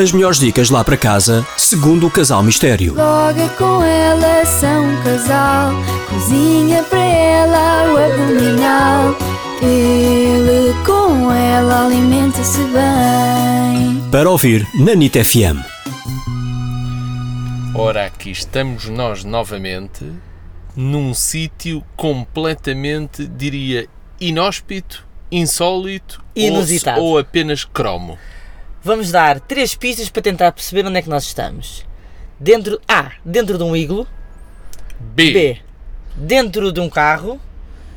As melhores dicas lá para casa, segundo o Casal Mistério. Logo com ela são um casal, cozinha para ela o abdominal. Ele com ela alimenta-se bem. Para ouvir na NIT FM. Ora, aqui estamos nós novamente num sítio completamente, diria, inóspito, insólito ou- Inusitado. Ou, apenas cromo. Vamos dar três pistas para tentar perceber onde é que nós estamos. Dentro A, dentro de um iglo. B. B, dentro de um carro.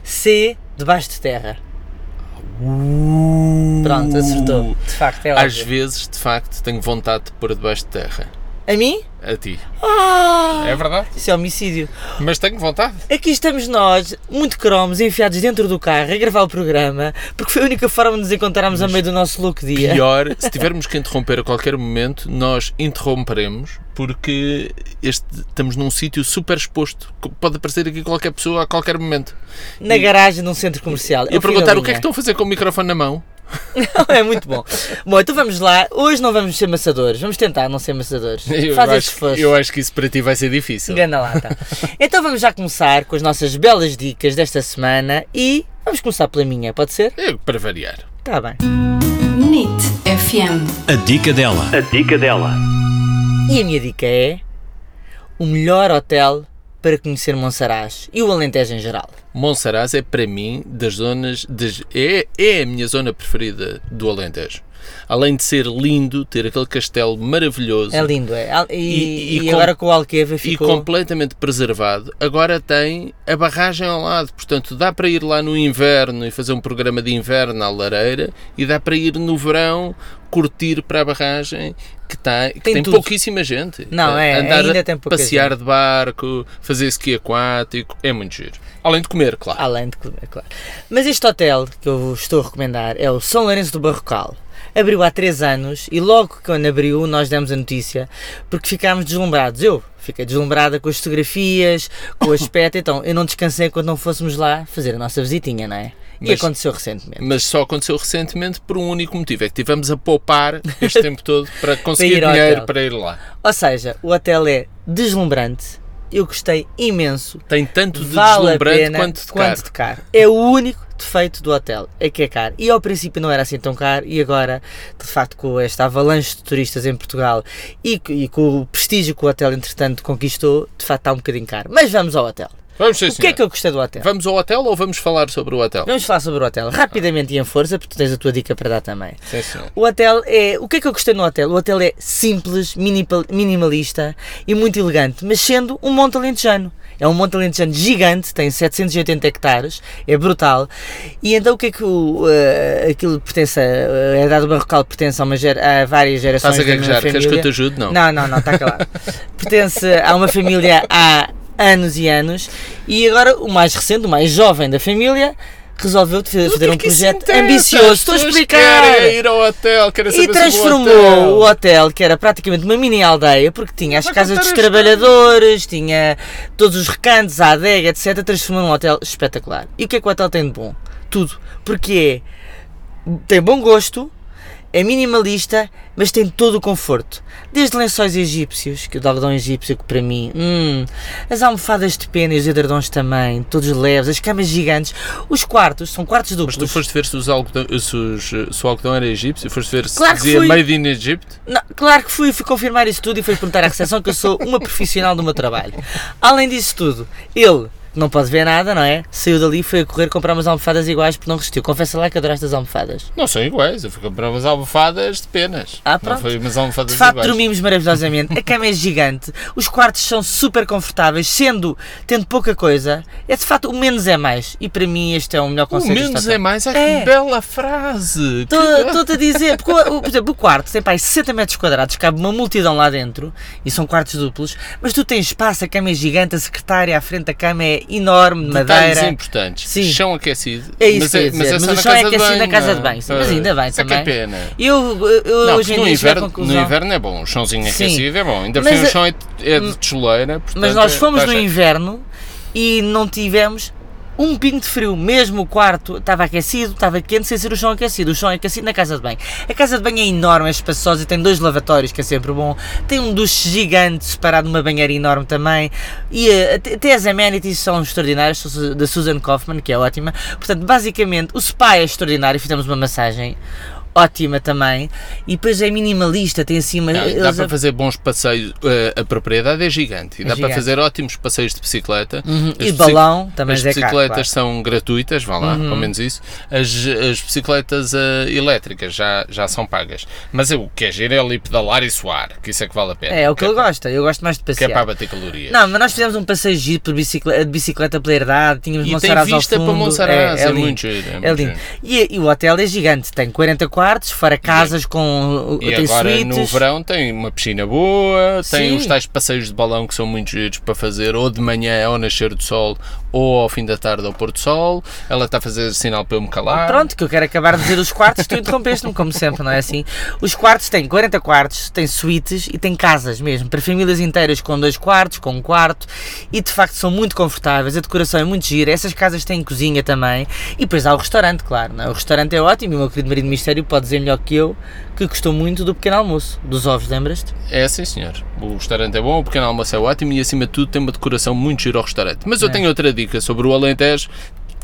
C, debaixo de terra. Pronto, acertou. De facto, é óbvio. Uh. Às vezes, de facto, tenho vontade de pôr debaixo de terra. A mim? A ti. Ah, É verdade. isso é homicídio. Mas tenho vontade. Aqui estamos nós, muito cromos, enfiados dentro do carro, a gravar o programa, porque foi a única forma de nos encontrarmos a meio do nosso louco dia. Pior, se tivermos que interromper a qualquer momento, nós interromperemos porque este, estamos num sítio super exposto. Co- Pode aparecer aqui qualquer pessoa a qualquer momento. Na garagem de um centro comercial. E É a o fim perguntar da o que é que linha. estão a fazer com o microfone na mão. É muito bom. Bom, então vamos lá. Hoje não vamos ser maçadores. Vamos tentar não ser maçadores. Faz este acho, esforço. eu acho que isso para ti vai ser difícil. Engana lá, tá. Então vamos já começar com as nossas belas dicas desta semana e vamos começar pela minha, pode ser? É, para variar. Tá bem. NIT FM. A dica dela. E a minha dica é o melhor hotel para conhecer Monsaraz e o Alentejo em geral. Monsaraz é para mim das zonas. das- é, é a minha zona preferida do Alentejo. Além de ser lindo, ter aquele castelo maravilhoso. É lindo, é. Al- E, E- e e com- agora com o Alqueva e ficou... completamente preservado. Agora tem a barragem ao lado, portanto dá para ir lá no inverno e fazer um programa de inverno à lareira e dá para ir no verão curtir para a barragem que, tá, que Tem tem, tudo. pouquíssima gente. Não, é, Andar, ainda tem pouca Passear de barco, fazer esqui aquático, é muito giro. Além de comer, claro. Além de comer, claro. Mas este hotel que eu estou a recomendar é o São Lourenço do Barrocal. Abriu há 3 anos e logo quando abriu nós demos a notícia porque ficámos deslumbrados. Eu fiquei deslumbrada com as fotografias, com o aspecto, então eu não descansei quando não fôssemos lá fazer a nossa visitinha, não é? E Mas- aconteceu recentemente. Mas só aconteceu recentemente por um único motivo, é que tivemos a poupar este tempo todo para conseguir ir ao dinheiro hotel. para ir lá. Ou seja, o hotel é deslumbrante, eu gostei imenso, Tem tanto de vale a deslumbrante pena quanto de caro. caro. É o único defeito do hotel, é que é caro. E ao princípio não era assim tão caro e agora, de facto, com esta avalanche de turistas em Portugal e, co- e com o prestígio que o hotel, entretanto, conquistou, de facto está um bocadinho caro. Mas vamos ao hotel. Vamos, sim, O que é senhor. que eu gostei do hotel? Vamos ao hotel ou vamos falar sobre o hotel? Vamos falar sobre o hotel, rapidamente e em força, porque tu tens a tua dica para dar também. Sim, senhor. O hotel é. O que é que eu gostei no hotel? O hotel é simples, minipal- minimalista e muito elegante, mas sendo um monte alentejano. É um monte alentejano gigante, tem 780 hectares, é brutal. E então o que é que o, eh, aquilo pertence a. eh, A idade do barrocal pertence a, uma gera- a várias gerações. Estás a da mesma gaguejar, queres que eu família. te ajude? Não. Não, não, não, está calado. Pertence a uma família há anos e anos e agora o mais recente, o mais jovem da família, resolveu de- fazer, é um projeto ambicioso. Estou a explicar! Querem ir ao hotel, querem E saber transformou o hotel, que era praticamente uma mini aldeia, porque tinha as Vai casas dos contar a trabalhadores, tinha todos os recantos, a adega, etc. Transformou num hotel espetacular. E o que é que o hotel tem de bom? Tudo. Porque é, tem bom gosto, é minimalista, mas tem todo o conforto. Desde lençóis egípcios, que o de algodão egípcio, que para mim, hum, as almofadas de pena e os edredons também, todos leves, as camas gigantes, os quartos, são quartos duplos. Mas tu foste ver se, os algodão, se, os, se o algodão era egípcio, foste ver se Claro que dizia fui. Made in Egypt. Não, claro que fui, fui confirmar isso tudo e fui perguntar à recepção que eu sou uma profissional do meu trabalho. Além disso tudo, ele não pode ver nada, não é? Saiu dali e foi a correr comprar umas almofadas iguais porque não resistiu. Confessa lá que adoraste as almofadas. Não são iguais, eu fui comprar umas almofadas de penas. Ah, não pronto. foi umas almofadas De facto, iguais. dormimos maravilhosamente. A cama é gigante, os quartos são super confortáveis, sendo, tendo pouca coisa, é de facto o menos é mais. E para mim, este é o melhor O conceito. deste menos hotel. é mais. Ai, É. Então, que bela frase! Que- Estou-te a dizer, porque, o- o- por exemplo, o quarto tem pá, aí 60 metros quadrados, cabe uma multidão lá dentro, e são quartos duplos, mas tu tens espaço, a cama é gigante, a secretária à frente da cama é enorme, de Detalhes madeira. importantes. Sim. Chão aquecido. É isso mas que eu ia dizer, é só mas o na chão casa é de aquecido na banho, casa não de é? banho, sim, mas ainda bem Isso é que é também. pena. Eu, eu- eu Não, hoje porque em no, dia chego à inverno, conclusão. no inverno é bom, um chãozinho Sim. aquecido é bom. Ainda Mas assim o a- Hum, chão é, é de tijoleira. Mas portanto, nós é- fomos tá no cheio. inverno e não tivemos um pingo de frio, mesmo o quarto estava aquecido, estava quente, sem ser o chão aquecido. O chão é aquecido na casa de banho. A casa de banho é enorme, é espaçosa e tem dois lavatórios, que é sempre bom. Tem um duche gigante separado de uma banheira enorme também. E eh, até até as amenities são extraordinárias, são su- da Susan Kaufman, que é ótima. Portanto, basicamente, o spa é extraordinário, fizemos uma massagem. Ótima também, e depois é minimalista, tem assim uma. Não, e dá eles- para fazer bons passeios, eh, a propriedade é gigante. E dá para gigante. fazer ótimos passeios de bicicleta. Uhum, As E bicic- balão também As é caro, bicicletas claro. Uhum. são gratuitas, vá lá, pelo menos isso. As, as bicicletas eh, elétricas já, já são pagas. Mas o que é giro é ali pedalar e suar, que isso é que vale a pena. É, é o que ele é, gosta, eu gosto mais de que é passear. para bater calorias. Não, mas nós fizemos um passeio giro por bicicleta, de bicicleta pela herdade, tínhamos e tem Monsaraz ao vista fundo. para Monsaraz, é, lindo. muito giro. É, muito É lindo. giro. E, e o hotel é gigante, tem 40 quartos, fora casas com. é- E tem agora é suítes. no verão tem uma piscina boa, tem Sim. uns tais passeios de balão que são muito giros para fazer, ou de manhã ao nascer do sol, ou ao fim da tarde ao pôr do sol. Ela está a fazer sinal para eu me calar. Pronto, que eu quero acabar de dizer os quartos, tu interrompeste-me, como sempre, não é assim? Os quartos têm 40 quartos, têm suítes e têm casas mesmo, para famílias inteiras com dois quartos, com um quarto, e de facto são muito confortáveis, a decoração é muito gira, essas casas têm cozinha também, e depois há o restaurante, claro, não é? o restaurante é ótimo, e o meu querido marido mistério pode dizer melhor que eu, que gostou muito do pequeno almoço, dos ovos, lembras-te? É, sim, senhor. O restaurante é bom, o pequeno almoço é ótimo e, acima de tudo, tem uma decoração muito gira ao restaurante. Mas É. eu tenho outra dica sobre o Alentejo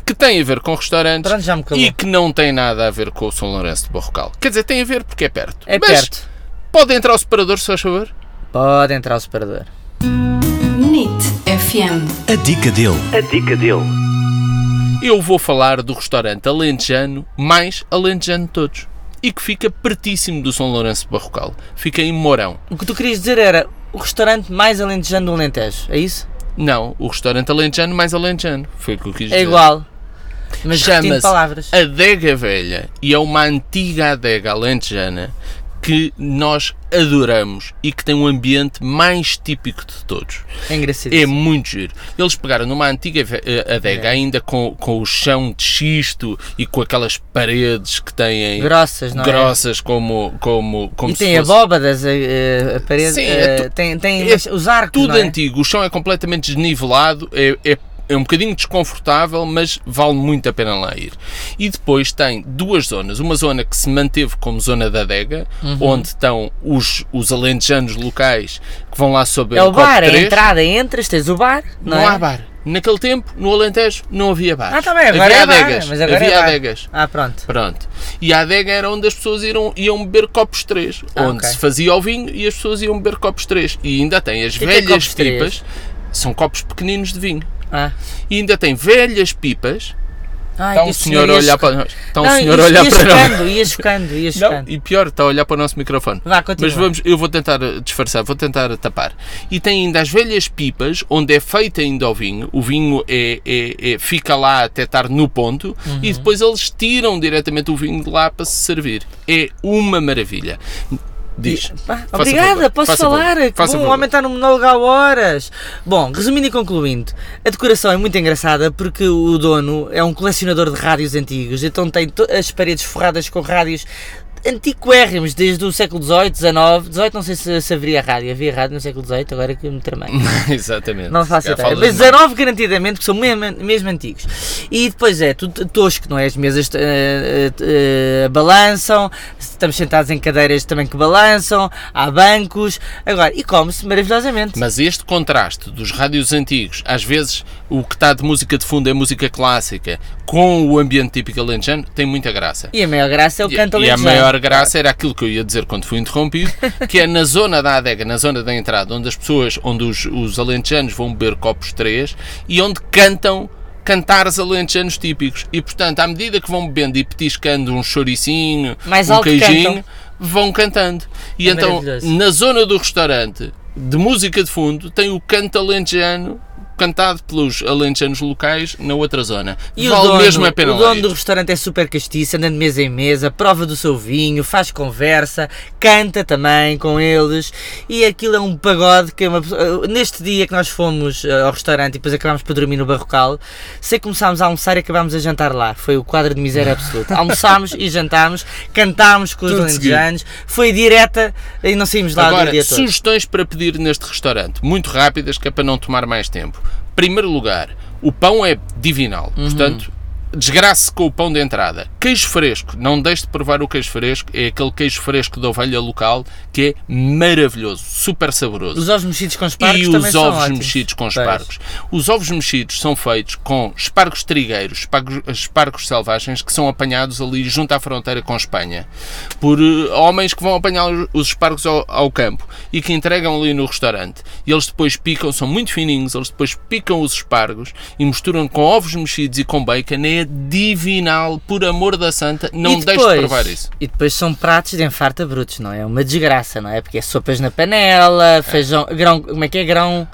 que tem a ver com restaurantes Pronto, já me calou. e que não tem nada a ver com o São Lourenço de Borrocal. Quer dizer, tem a ver porque é perto. É Mas perto. pode entrar o separador, se faz favor? Pode entrar o separador. NIT FM. A dica dele. Eu vou falar do restaurante alentejano mais alentejano de todos e que fica pertíssimo do São Lourenço de Barrocal. Fica em Mourão. O que tu querias dizer era o restaurante mais alentejano do Alentejo, é isso? Não, o restaurante alentejano mais alentejano. Foi o que eu quis dizer. É igual. Mas repetindo Chama-se palavras. Adega Velha e é uma antiga adega alentejana que nós adoramos e que tem um ambiente mais típico de todos. É É engraçadíssimo. muito giro. Eles pegaram numa antiga ve- eh, adega, ainda com, com o chão de xisto e com aquelas paredes que têm Grossas, não é? grossas como, como, como e se tem fosse- abóbadas, a, a- a parede, Sim, é eh, tu- tem, tem é as- os arcos, tudo não é? antigo. O chão é completamente desnivelado, é, é, é um bocadinho desconfortável, mas vale muito a pena lá ir. E depois tem duas zonas. Uma zona que se manteve como zona da adega, Uhum. onde estão os, os alentejanos locais que vão lá sob É o bar, é a helicóptero. entrada, entras, tens o bar, não, Não, é? há bar. Naquele tempo, no Alentejo, não havia bar. Ah, tá bem, agora havia é bar, adegas. mas agora havia é bar. adegas. Ah, pronto. Pronto. E a adega era onde as pessoas iam, iam beber copos 3, Ah, onde ok. se fazia o vinho e as pessoas iam beber copos 3. E ainda tem as que é velhas copos três? pipas, são copos pequeninos de vinho. Ah. E ainda tem velhas pipas. Ai, Está um este senhor a ia olhar chocar- para nós. Está um Não, senhor a ia- olhar ia para nós. chocando, Ia chocando, ia Não, chocando. e pior, está a olhar para o nosso microfone. Vá, continua. Mas vamos, eu vou tentar eh, disfarçar, vou tentar tapar. E tem ainda as velhas pipas, onde é feito ainda o vinho. O vinho é, é- é- fica lá até estar no ponto Uhum. e depois eles tiram diretamente o vinho de lá para se servir. É uma maravilha. Diz. Pá, Faça obrigada, favor, posso faça falar? favor, Que faça bom, o favor. homem está no monólogo há horas. Bom, resumindo e concluindo, a decoração é muito engraçada porque o dono é um colecionador de rádios antigos, então tem to- as paredes forradas com rádios antiquérrimos, desde o século XVIII, XIX, XVIII não sei se, se haveria rádio, havia rádio no século XVIII, agora que eu me tramei. Exatamente. Não faço Já ideia. falas Mas demais. 19 garantidamente, que são mesmo, mesmo antigos. E depois é tudo tosco, não é? As mesas eh, eh, balançam, estamos sentados em cadeiras também que balançam, há bancos. Agora, e come-se maravilhosamente. Mas este contraste dos rádios antigos, às vezes o que está de música de fundo é música clássica, com o ambiente típico alentejano, tem muita graça. E a maior graça é o E- canto e a alentejano. maior graça era aquilo que eu ia dizer quando fui interrompido, que é na zona da adega, na zona da entrada, onde as pessoas, onde os, os alentejanos vão beber copos 3 e onde cantam cantares alentejanos típicos. E portanto, à medida que vão bebendo e petiscando um choricinho, Mais um alto queijinho, cantam. vão cantando. E É então, maravilhoso. na zona do restaurante, de música de fundo, tem o canto alentejano cantado pelos alentejanos locais na outra zona. E vale o dono, mesmo a pena o lá dono ir. do restaurante é super castiço, anda de mesa em mesa, prova do seu vinho, faz conversa, canta também com eles e aquilo é um pagode que é uma pessoa- neste dia que nós fomos eh, ao restaurante e depois acabámos por dormir no Barrocal, sei que começámos a almoçar e acabámos a jantar lá, foi o quadro de miséria absoluta. Almoçámos e jantámos, cantámos com os Tudo seguido. anos, foi direta e não saímos lá do Agora, dia todo. sugestões para pedir neste restaurante, muito rápidas, que é para não tomar mais tempo. digo, primeiro lugar, o pão é divinal, portanto, desgraça com o pão de entrada. Queijo fresco, não deixe de provar o queijo fresco, é aquele queijo fresco da ovelha local que é maravilhoso, super saboroso Os ovos mexidos com espargos e também os são ovos ótimos. mexidos com Pois. espargos. Os ovos mexidos são feitos com espargos trigueiros, espargos, espargos selvagens, que são apanhados ali junto à fronteira com a Espanha, por eh, homens que vão apanhar os espargos ao, ao campo e que entregam ali no restaurante. E eles depois picam, são muito fininhos, eles depois picam os espargos e misturam com ovos mexidos e com bacon. É divinal, por amor da santa, não E deixe de provar isso. E depois são pratos de enfarta brutos, não é? É uma desgraça, não é? Porque é sopas na panela, feijão, grão, como é que é? Grão,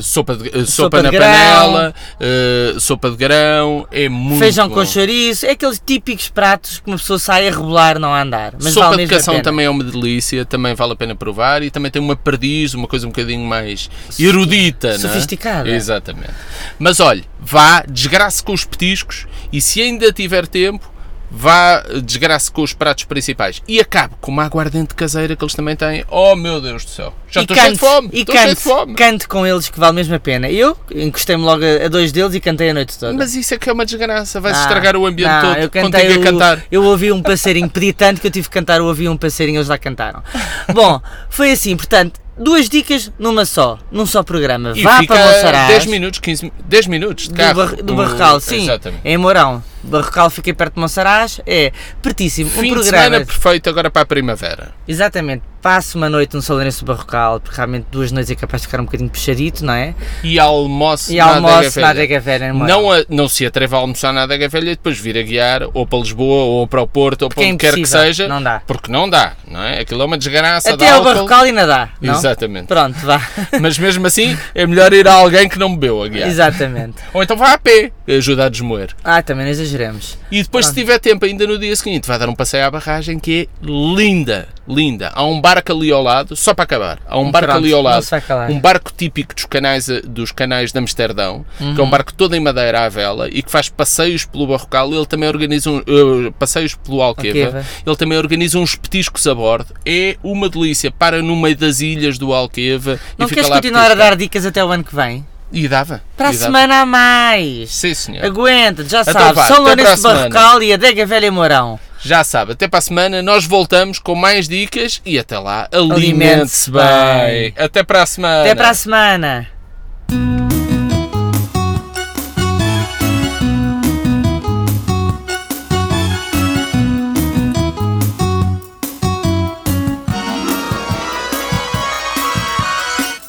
Sopa, de, eh, sopa, Sopa de na grão. panela, eh, sopa de grão, é muito feijão bom. com chouriço, é aqueles típicos pratos que uma pessoa sai a rebolar, não a andar. Mas Sopa vale de mesmo a cação pena. também é uma delícia, também vale a pena provar e também tem uma perdiz, uma coisa um bocadinho mais erudita, não é? Sofisticada. Exatamente. Mas olha, vá, desgrace com os petiscos e se ainda tiver tempo, vá, desgrace com os pratos principais. E acabe com uma aguardente caseira que eles também têm. Oh meu Deus do céu, já estou cheio de fome, e estou cheio de cante, fome. cante com eles que vale mesmo a pena. Eu encostei-me logo a, a dois deles e cantei a noite toda. Mas isso é que é uma desgraça, vai-se Ah, estragar o ambiente não, todo eu quando cantei tiver a o- cantar. Eu ouvi um passarinho, pedi tanto que eu tive que cantar, eu ouvi um passarinho, eles lá cantaram. Bom, foi assim, portanto, duas dicas numa só, num só programa. E Vá fica para Monsaraz. 10 minutos, 15 10 minutos de Do, carro. Bar- do Um- Barrocal, sim, Exatamente. em Mourão. Barrocal fica perto de Monsaraz, é pertíssimo. Fim um de programa. semana perfeito agora para a primavera. Exatamente, passo uma noite no Salonense do Barrocal, porque realmente duas noites é capaz de ficar um bocadinho puxadito, não é? E almoço E na Adega almoço é Velha. na Adega Velha, em Mourão. é Não, a- não se atreva a almoçar na Adega Velha e depois vir a guiar ou para Lisboa ou para o Porto ou Porque para é onde quer que impossível, seja. não dá. Porque não dá, não é? Aquilo é uma desgraça de Até ao álcool. Barrocal ainda dá, não? Exatamente. Pronto, vá. Mas mesmo assim é melhor ir a alguém que não bebeu a guiar. Exatamente. Ou então vá a pé, ajuda a desmoer. Ah, também não exageremos. E depois, se tiver tempo ainda no dia seguinte, vai dar um passeio à barragem que é linda, linda. Há um barco ali ao lado, só para acabar, há um barco Pronto, ali ao não é. lado, se vai calar. um barco típico dos canais, eh, dos canais de Amsterdão, que é Uhum. um barco todo em madeira à vela e que faz passeios pelo Barrocal. Ele também organiza um, eh, passeios pelo Alqueva. Alqueva. Ele também organiza uns petiscos a bordo. É uma delícia. Para no meio das ilhas do Alqueva Não e fica queres lá continuar a petiscar. dar dicas até o ano que vem? E dava. Para a e dava. semana a mais. Sim, senhor. Aguenta, já Então sabes. vá, até para a São Lourenço de semana. Tá, Barrocal e Adega Velha em Mourão. Já sabe, até para a semana nós voltamos com mais dicas e até lá, alimente-se Alimente-se bem. bem. Até para a semana. Até para a semana.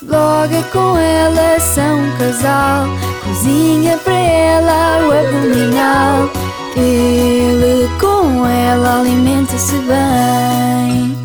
Logo com ela são um casal, cozinha para ela o abdominal. Ele com ela alimenta-se bem.